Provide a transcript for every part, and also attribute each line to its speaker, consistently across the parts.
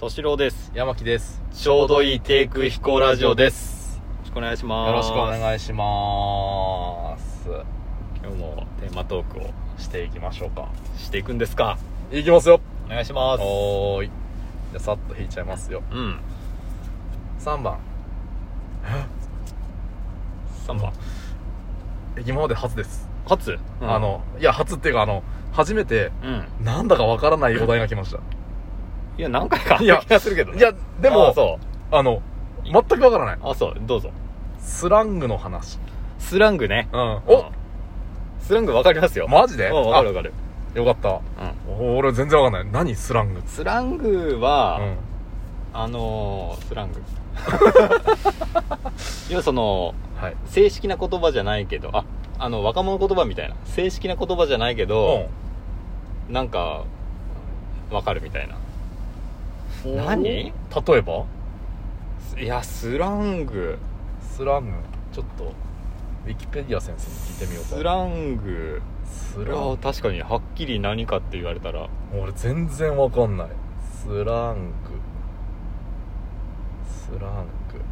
Speaker 1: 敏郎です。
Speaker 2: 山木です。
Speaker 1: ちょうどいいテイク飛行ラジオです。よろしくお願いします。
Speaker 2: よろしくお
Speaker 1: い
Speaker 2: 願いします。
Speaker 1: 今日もテーマトークを
Speaker 2: していきましょうか。
Speaker 1: していくんですか。
Speaker 2: いきますよ。
Speaker 1: お願いします。
Speaker 2: おーい。じゃあ、さっと引いちゃいますよ。
Speaker 1: うん。
Speaker 2: 3番。
Speaker 1: 3番。
Speaker 2: 今まで初です。
Speaker 1: 初、うん
Speaker 2: あ、の、いや、初っていうか、あの、初めて、
Speaker 1: うん。
Speaker 2: なんだかわからないお題が来まし
Speaker 1: いや、何回か。
Speaker 2: いや
Speaker 1: 気がするけど
Speaker 2: た。
Speaker 1: ね。
Speaker 2: いや、で
Speaker 1: あ
Speaker 2: も、
Speaker 1: そ。。
Speaker 2: あの、全くわからないう
Speaker 1: あ、そう。どうぞ。
Speaker 2: スラングの話。
Speaker 1: スラングね。
Speaker 2: うん。
Speaker 1: う
Speaker 2: お
Speaker 1: んスラングわかりますよ。
Speaker 2: マジで
Speaker 1: うん、わかるわかる。
Speaker 2: あよかった。
Speaker 1: うん。
Speaker 2: お俺全然わかんない。何スラング
Speaker 1: スラングは、
Speaker 2: うん。
Speaker 1: あのー、ス ラング。要はその、
Speaker 2: はい。
Speaker 1: 正式な言葉じゃないけど、あ、あの、若者言葉みたいな。正式な言葉じゃないけど、なんか、わかるみたいな。
Speaker 2: うん
Speaker 1: 何
Speaker 2: 例えば
Speaker 1: いや、スラング。
Speaker 2: スラングちょっとウィキペディア先生に聞いてみようか
Speaker 1: スラング。
Speaker 2: ス
Speaker 1: い
Speaker 2: ラン
Speaker 1: や、確かに、はっきり何かって言われたら、
Speaker 2: グ俺全然わかんないスラングスラング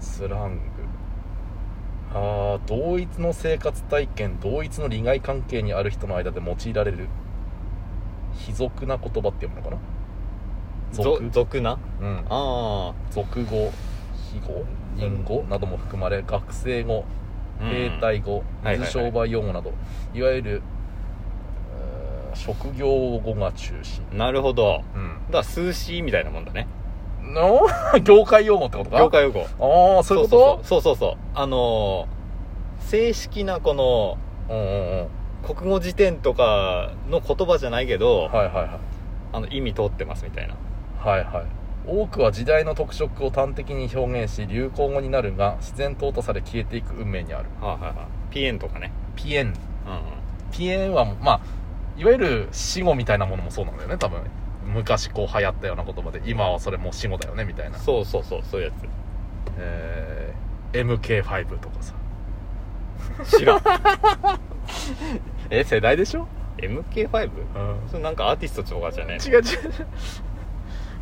Speaker 2: スラングあー同一の生活体験同一の利害関係にある人の間で用いられる卑俗な言葉って読むのかな
Speaker 1: ぞ
Speaker 2: 俗
Speaker 1: 俗な
Speaker 2: うん
Speaker 1: あ
Speaker 2: 俗語非語隠語なども含まれ学生語
Speaker 1: あ。
Speaker 2: 兵
Speaker 1: うん。
Speaker 2: 隊語
Speaker 1: はいはいはい
Speaker 2: 水商売用語など、いわゆるうーん職業語が中心
Speaker 1: なるほど。
Speaker 2: うん
Speaker 1: だから、数詞みたいなもんだね。
Speaker 2: の 業界用語ってことか
Speaker 1: 業界用語。
Speaker 2: ああそういうこと
Speaker 1: そうそうそうそうそうあのー正式なこの
Speaker 2: うんうんうん
Speaker 1: 国語辞典とかの言葉じゃないけど、
Speaker 2: はいはいはい
Speaker 1: あの意味通ってますみたいな
Speaker 2: はいはい多くは時代の特色を端的に表現し流行語になるが自然淘汰され消えていく運命にある
Speaker 1: はいはいはいピエンとかね
Speaker 2: ピエン
Speaker 1: うん、うん、
Speaker 2: ピエンはまあいわゆる死語みたいなものもそうなんだよね多分昔こう流行ったような言葉で今はそれもう死語だよねみたいな
Speaker 1: そうそうそうそういうや
Speaker 2: えー、MK5 とかさ
Speaker 1: つ知らん
Speaker 2: え世代でしょ、
Speaker 1: MK5?
Speaker 2: うん
Speaker 1: それなんかアーティストとかじゃねえ
Speaker 2: 違う違う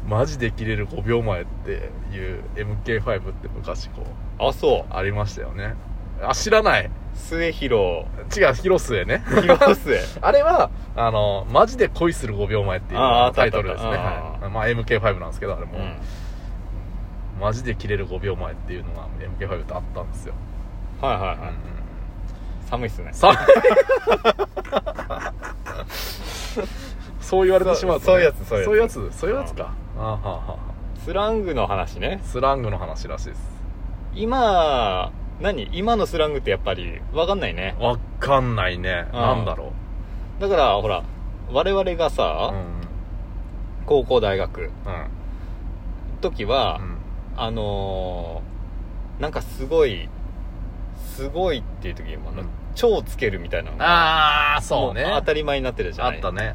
Speaker 2: マジで切れる5秒前っていう MK5 って昔こう
Speaker 1: のあそう
Speaker 2: ありましたよねあ知らない
Speaker 1: 末広
Speaker 2: 違う広 末ね
Speaker 1: 広末
Speaker 2: あれはあのマジで恋する5秒前っていう
Speaker 1: あーあったあ
Speaker 2: タ
Speaker 1: っ
Speaker 2: イ
Speaker 1: たあ
Speaker 2: ト
Speaker 1: った
Speaker 2: ルですね
Speaker 1: あー
Speaker 2: はいまあ MK5 なんですけどあれ
Speaker 1: う
Speaker 2: も、
Speaker 1: ん
Speaker 2: マジで切れる5秒前っていうのが MK5 ってあったんですよ、
Speaker 1: はいはい
Speaker 2: うん
Speaker 1: はい、寒いっすね
Speaker 2: さそう言われてしまうと、
Speaker 1: そうそういうやつそういうやつ
Speaker 2: そういうやつそういうやつか、あははは
Speaker 1: スラングの話ね
Speaker 2: スラングの話らしいです
Speaker 1: 今何今のスラングってやっぱりわかんないね
Speaker 2: わかんないね
Speaker 1: うん
Speaker 2: なんだろ
Speaker 1: だからほら我々が
Speaker 2: うう
Speaker 1: さ、
Speaker 2: ん
Speaker 1: 高校大学
Speaker 2: うん
Speaker 1: 時は、
Speaker 2: うん
Speaker 1: あのー、なんかすごいすごいっていう時もあの、
Speaker 2: うん
Speaker 1: 超つけるみたいなのが
Speaker 2: ああそうね
Speaker 1: も当たり前になってるじゃ
Speaker 2: あ
Speaker 1: ない
Speaker 2: ったね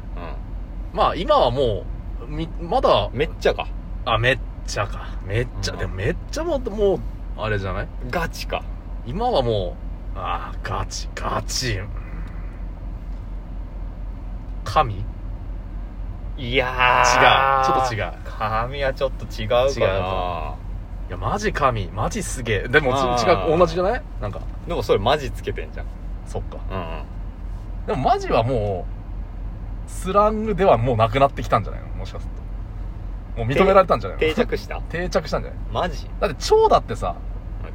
Speaker 1: う
Speaker 2: まあ今はもうみま
Speaker 1: ん、
Speaker 2: だ
Speaker 1: めっちゃか
Speaker 2: あめっちゃかめっちゃ、
Speaker 1: うん
Speaker 2: でもめっちゃももうあれじゃない
Speaker 1: ガチか
Speaker 2: 今はもうああガチガチうん神
Speaker 1: い
Speaker 2: 違う
Speaker 1: や
Speaker 2: ち
Speaker 1: ー
Speaker 2: ょっと違う
Speaker 1: 髪はちょっと違う
Speaker 2: 違う
Speaker 1: か
Speaker 2: いやマジ神マジすげえでもち
Speaker 1: あー
Speaker 2: 違う同じじゃないなんか
Speaker 1: なでもそれマジつけてんじゃん
Speaker 2: そっか
Speaker 1: うん、
Speaker 2: でもマジはもうスラングではもうなくなってきたんじゃないのもしかするともう認められたんじゃないの
Speaker 1: 定着 した
Speaker 2: 定着したんじゃない
Speaker 1: マジ
Speaker 2: だって超だってさ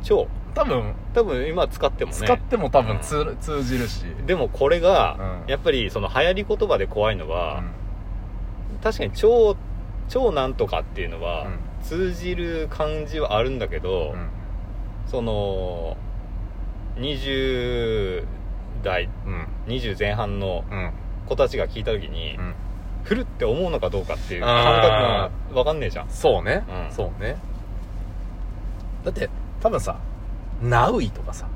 Speaker 1: 超
Speaker 2: 多分
Speaker 1: 多分今使ってもね
Speaker 2: 使っても多分通,、通じるし
Speaker 1: でもこれが、
Speaker 2: うん
Speaker 1: やっぱりその流行り言葉で怖いの
Speaker 2: うん
Speaker 1: は、確かに超超なんとかっていうのは、通じる感じはあるんだけど、
Speaker 2: うん
Speaker 1: その20代
Speaker 2: うん
Speaker 1: 20前半の
Speaker 2: うん
Speaker 1: 子たちが聞いた時に、
Speaker 2: うん
Speaker 1: ふるって思うのかどうかっていう感覚が分かんねえじゃん
Speaker 2: そうね、
Speaker 1: うん
Speaker 2: そうねだって多分さナウイとかさ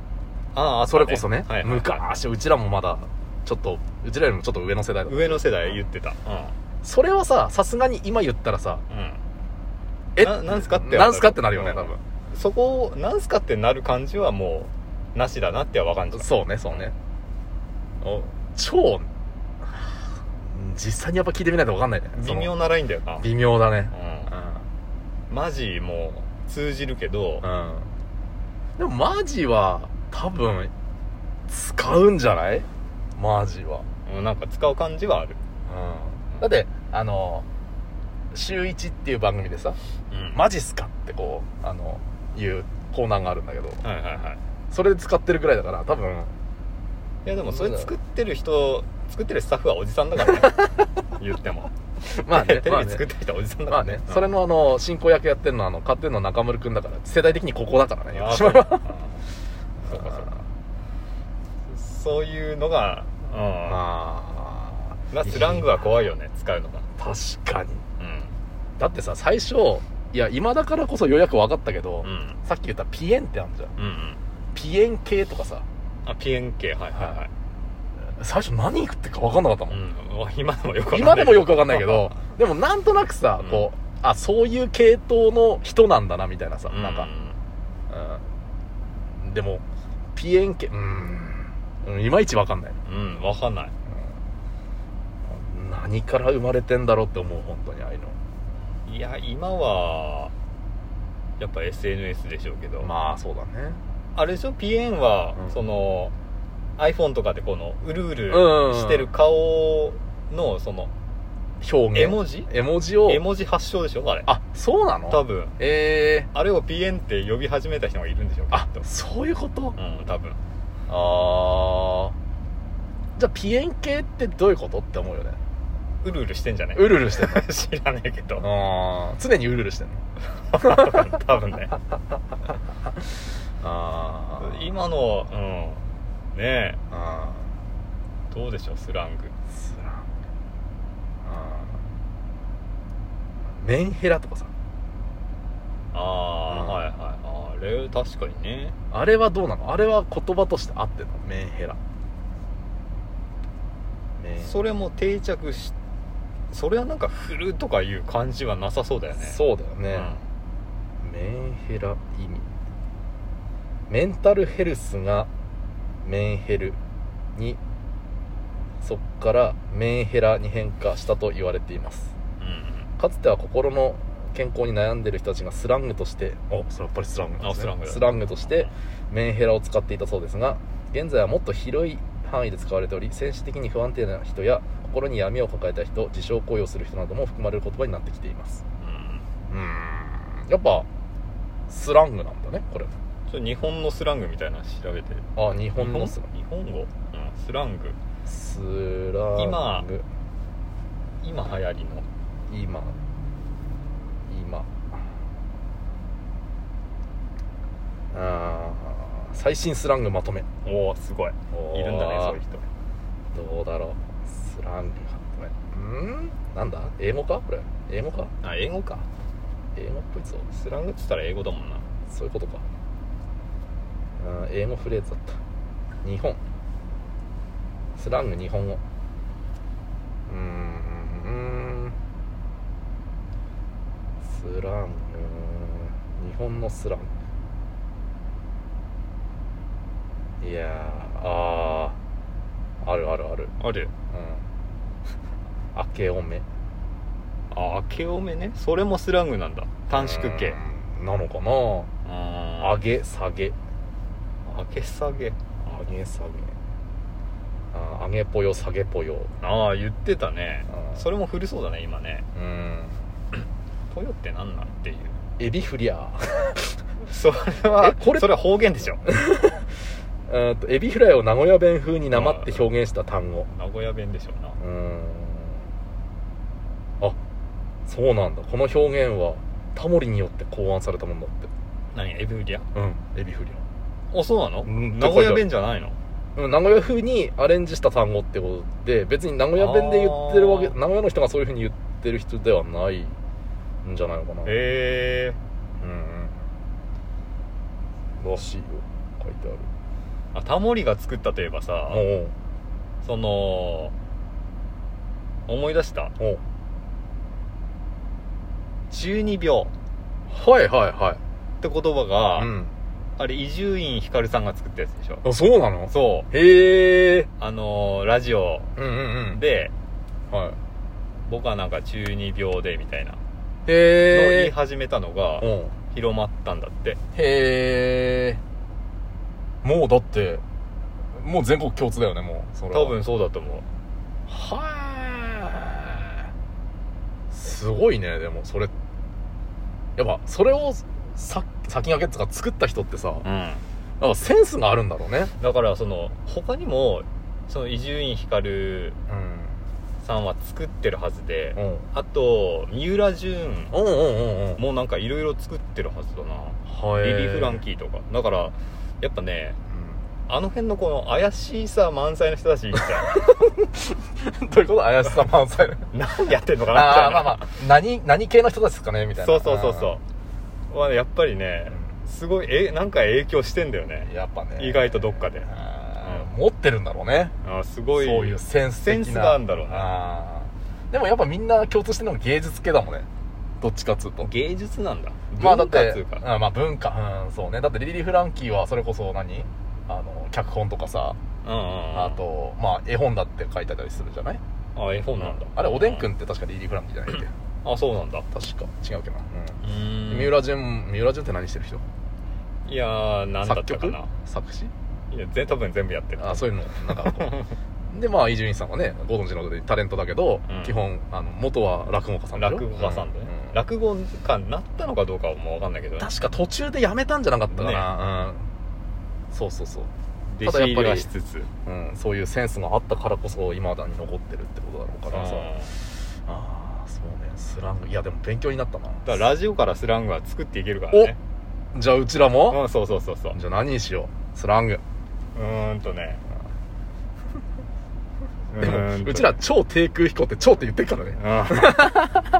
Speaker 1: ああ
Speaker 2: それこそね、
Speaker 1: はいはい
Speaker 2: 昔うちらもまだちょっとうちらよりもちょっと上の世代だった
Speaker 1: 上の世代言ってた
Speaker 2: それはささすがに今言ったらさ
Speaker 1: うん、うん、
Speaker 2: え
Speaker 1: ななんすかって
Speaker 2: なんすかってなるよね
Speaker 1: うん
Speaker 2: 多分
Speaker 1: そこをなんすかってなる感じはもうなしだなっては分かんじゃん
Speaker 2: そうねそうねお超実際にやっぱ聞いてみないと分かんないねそ
Speaker 1: 微
Speaker 2: の
Speaker 1: 妙なラインだよな、
Speaker 2: 微妙だね
Speaker 1: う、
Speaker 2: うん
Speaker 1: マジもう通じるけど、
Speaker 2: ん、うん、でもマジは多分使うんじゃないマジは
Speaker 1: うんなんか使う感じはある、
Speaker 2: うんだってあの「週1」っていう番組でさ「マジっすか?」ってこうあのいうコーナーがあるんだけど
Speaker 1: はいはいはい
Speaker 2: それで使ってるぐらいだから多分
Speaker 1: いやでもそれ作ってる人作ってるスタッフはおじさんだから ね言っても
Speaker 2: まあね
Speaker 1: テ
Speaker 2: まあ
Speaker 1: レビ
Speaker 2: ね
Speaker 1: 作ってる人はおじさんだか
Speaker 2: ま
Speaker 1: ら
Speaker 2: あね
Speaker 1: うん
Speaker 2: それのあの進行役やってるのはあの勝手の中村君だから世代的にここだからね言っ
Speaker 1: あ
Speaker 2: て
Speaker 1: ーそ
Speaker 2: しま
Speaker 1: うかそ
Speaker 2: え ば
Speaker 1: う かそうかそういうのが、うん
Speaker 2: あ
Speaker 1: まあスラングは怖いよね使うのが
Speaker 2: 確かに
Speaker 1: う
Speaker 2: だってさ最初いや今だからこそようやく分かったけど、
Speaker 1: んうん
Speaker 2: さっき言ったピエンってあるじゃん
Speaker 1: うんうん
Speaker 2: ピエン系とかさ
Speaker 1: あ PNK はいはいはい
Speaker 2: 最初何言ってるか分かんなかったもん、
Speaker 1: うん、今でもよくわかんな
Speaker 2: 今
Speaker 1: い
Speaker 2: でもよく分かんないけど でもなんとなくさ、
Speaker 1: うん
Speaker 2: こうあそういう系統の人なんだなみたいなさ、
Speaker 1: うん
Speaker 2: なんか、うん、でもピエン系うんうんいまいち分かんない
Speaker 1: うんわかんない
Speaker 2: 何から生まれてんだろうって思う本当にああいう
Speaker 1: いや今はやっぱ SNS でしょうけど、
Speaker 2: のまあそうだね
Speaker 1: あれでしょピエンは、
Speaker 2: うん
Speaker 1: その iPhone とかでこのうるうる
Speaker 2: うんうん
Speaker 1: してる顔のその
Speaker 2: 表現
Speaker 1: 絵文字
Speaker 2: 絵文字を
Speaker 1: 絵文字発祥でしょあれ
Speaker 2: あそうなの
Speaker 1: 多分
Speaker 2: ええ
Speaker 1: あれをピエンって呼び始めた人がいるんでしょう
Speaker 2: あ
Speaker 1: きっ
Speaker 2: そういうこと
Speaker 1: とうん多分
Speaker 2: あーじゃあピエン系ってどういうことって思うよね
Speaker 1: うるうる してんじゃね
Speaker 2: うるうるしてん
Speaker 1: 知らねえけ ど
Speaker 2: のあー常にうるうるしてんの
Speaker 1: 多分ね
Speaker 2: あー
Speaker 1: 今のうんねえ
Speaker 2: あ
Speaker 1: どうでしょうスラング
Speaker 2: ーつらんあーメンヘラとかさ
Speaker 1: ああ、
Speaker 2: うん
Speaker 1: はいはいあれ確かにね
Speaker 2: あれはどうなのあれは言葉として合ってんのメンヘラメンヘラ
Speaker 1: それも定着しそれはなんか振るとかいう感じはなさそうだよね
Speaker 2: そうだよ
Speaker 1: う
Speaker 2: ね、
Speaker 1: ん
Speaker 2: メンヘラ意味メンタルヘルスがメンヘルにそっからメンヘラに変化したと言われています
Speaker 1: うん
Speaker 2: かつては心の健康に悩んでいる人たちがスラングとしておそれやっぱりスラングなんで
Speaker 1: あス
Speaker 2: すね
Speaker 1: ラングだ
Speaker 2: スラングとしてメンヘラを使っていたそうですが現在はもっと広い範囲で使われており精神的に不安定な人や心に闇を抱えた人自傷行為をする人なども含まれる言葉になってきています
Speaker 1: うん
Speaker 2: うーんやっぱスラングなんだねこれ
Speaker 1: ちょっと日本のスラングみたいなの調べて
Speaker 2: あ日本のスラン
Speaker 1: 日本語、うん、スラング
Speaker 2: グスラング
Speaker 1: 今流行りの
Speaker 2: 今今あー最新スラングまとめ
Speaker 1: おおすごいいるんだねそういう人
Speaker 2: 人どうだろうスラングまとめうーんなんだ英語かこれ英語か
Speaker 1: あ英語か
Speaker 2: 英語っぽいぞ
Speaker 1: スラングっつったら英語だもんな
Speaker 2: そういうことかうん英語フレーズだった日本スラング日本語うーんスラング日本のスラングいやーあーあるあるある
Speaker 1: ある
Speaker 2: うん 明けおめ
Speaker 1: あ明けおめねそれもスラングなんだ短縮形
Speaker 2: うんなのかな
Speaker 1: あ
Speaker 2: 上げ下げ
Speaker 1: 明け下げ
Speaker 2: 上げ下げあー上げぽよ下げぽよ
Speaker 1: ああ言ってたね
Speaker 2: うん
Speaker 1: それも古そうだね今ね
Speaker 2: うん
Speaker 1: トヨってなんなんっていう
Speaker 2: エビフリア ー
Speaker 1: それは
Speaker 2: えこれ
Speaker 1: それは方言でしょ
Speaker 2: えーっとエビフライを名古屋弁風になまって表現した単語
Speaker 1: 名古屋弁でしょうな
Speaker 2: うーんあそうなんだこの表現はタモリによって考案されたもんだって
Speaker 1: 何エビフリア
Speaker 2: うんエビフリ
Speaker 1: あそうなの
Speaker 2: うん
Speaker 1: 名古屋弁じゃないの
Speaker 2: アうん名古屋風にアレンジした単語ってことで別に名古屋弁で言ってるわけ
Speaker 1: あー
Speaker 2: 名古屋の人がそういうふうに言ってる人ではないんじゃないのかな
Speaker 1: へえ
Speaker 2: うんらしいよ書いて
Speaker 1: あタモリが作ったといえばさ
Speaker 2: ある
Speaker 1: その思い出した
Speaker 2: おうおう
Speaker 1: 12秒
Speaker 2: はいはいは
Speaker 1: って言葉が、
Speaker 2: いうん
Speaker 1: あれ伊集院光さんが作ったやつでしょ
Speaker 2: あそうなの
Speaker 1: そう
Speaker 2: へえ
Speaker 1: あのーラジオ
Speaker 2: うんうんうん
Speaker 1: で
Speaker 2: はい
Speaker 1: 僕はなんか中二病でみたいなのを言い
Speaker 2: へえ
Speaker 1: 始めたのが
Speaker 2: うん
Speaker 1: 広まったんだって
Speaker 2: へえもうだってもう全国共通だよねもうそれは
Speaker 1: 多分そうだと思う
Speaker 2: はあすごいねでもそれやっぱそれをさ先駆けっつうか作った人ってさ
Speaker 1: うん
Speaker 2: なんかセンスがあるんだろうね
Speaker 1: だからその他にもその伊集院光さんは作ってるはずで
Speaker 2: うん
Speaker 1: あと三浦淳
Speaker 2: うんうんうんうん
Speaker 1: もなんかいろいろ作ってるはずだな
Speaker 2: は
Speaker 1: リリー・フラン
Speaker 2: ー、
Speaker 1: キーとかだからやっぱねあの辺のこの怪しさ満載の人たちいるじ
Speaker 2: うん、どういうこと怪しさ満載
Speaker 1: ゃん何やってんのかなみたいな
Speaker 2: ああまあまあ 何何系の人たちですかねみたいな
Speaker 1: そうそうそうそうまあねやっぱりねすごいえなんか影響してんだよ
Speaker 2: うん
Speaker 1: ね
Speaker 2: やっぱね
Speaker 1: 意外とどっかで
Speaker 2: あー持ってるんだろうね
Speaker 1: あすごい
Speaker 2: そういうセンス的な
Speaker 1: センスがあるんだろうね
Speaker 2: なでもやっぱみんな共通してるのも芸術系だもんねどっちかっつうと
Speaker 1: 芸術なんだ
Speaker 2: まあだって
Speaker 1: 文化つうか
Speaker 2: うんまあ文化うんそうねだってリリー・フランキーはそれこそ何あの脚本とかさ
Speaker 1: うんうんうん
Speaker 2: あとまあ絵本だって書いてあったりするじゃない
Speaker 1: あ絵本なんだ
Speaker 2: あれおでんくんって確かリリー・フランキーじゃないっけ
Speaker 1: あそうなんだ
Speaker 2: 確か違うけどな
Speaker 1: う
Speaker 2: うんん三浦淳三浦淳って何してる人
Speaker 1: いやー何だっ
Speaker 2: 作
Speaker 1: たか
Speaker 2: 曲
Speaker 1: な
Speaker 2: 作詞
Speaker 1: いやぜ多分全部やってる
Speaker 2: あそういうのなんかこ うでまあ伊集院さんはねご存知の通りタレントだけど、
Speaker 1: うん
Speaker 2: 基本あの元は落語家さんでしょ
Speaker 1: 落語家さんでね、
Speaker 2: うう
Speaker 1: 落語家になったのかどうかはもう分かんないけど
Speaker 2: 確か途中で辞めたんじゃなかったかな、うんそうそうそう、
Speaker 1: 弟子入りはしつつ
Speaker 2: うん、そういうセンスがあったからこそ今だに残ってるってことだろうからさああそうねスラングいやでも勉強になったな
Speaker 1: だからラジオからスラングは作っていけるからね
Speaker 2: じゃあうちらも、
Speaker 1: うんそうそうそうそう
Speaker 2: じゃあ何にしようスラング、
Speaker 1: うーんとね
Speaker 2: で
Speaker 1: ーん
Speaker 2: も
Speaker 1: と
Speaker 2: うちら超低空飛行って超って言ってるからね
Speaker 1: うん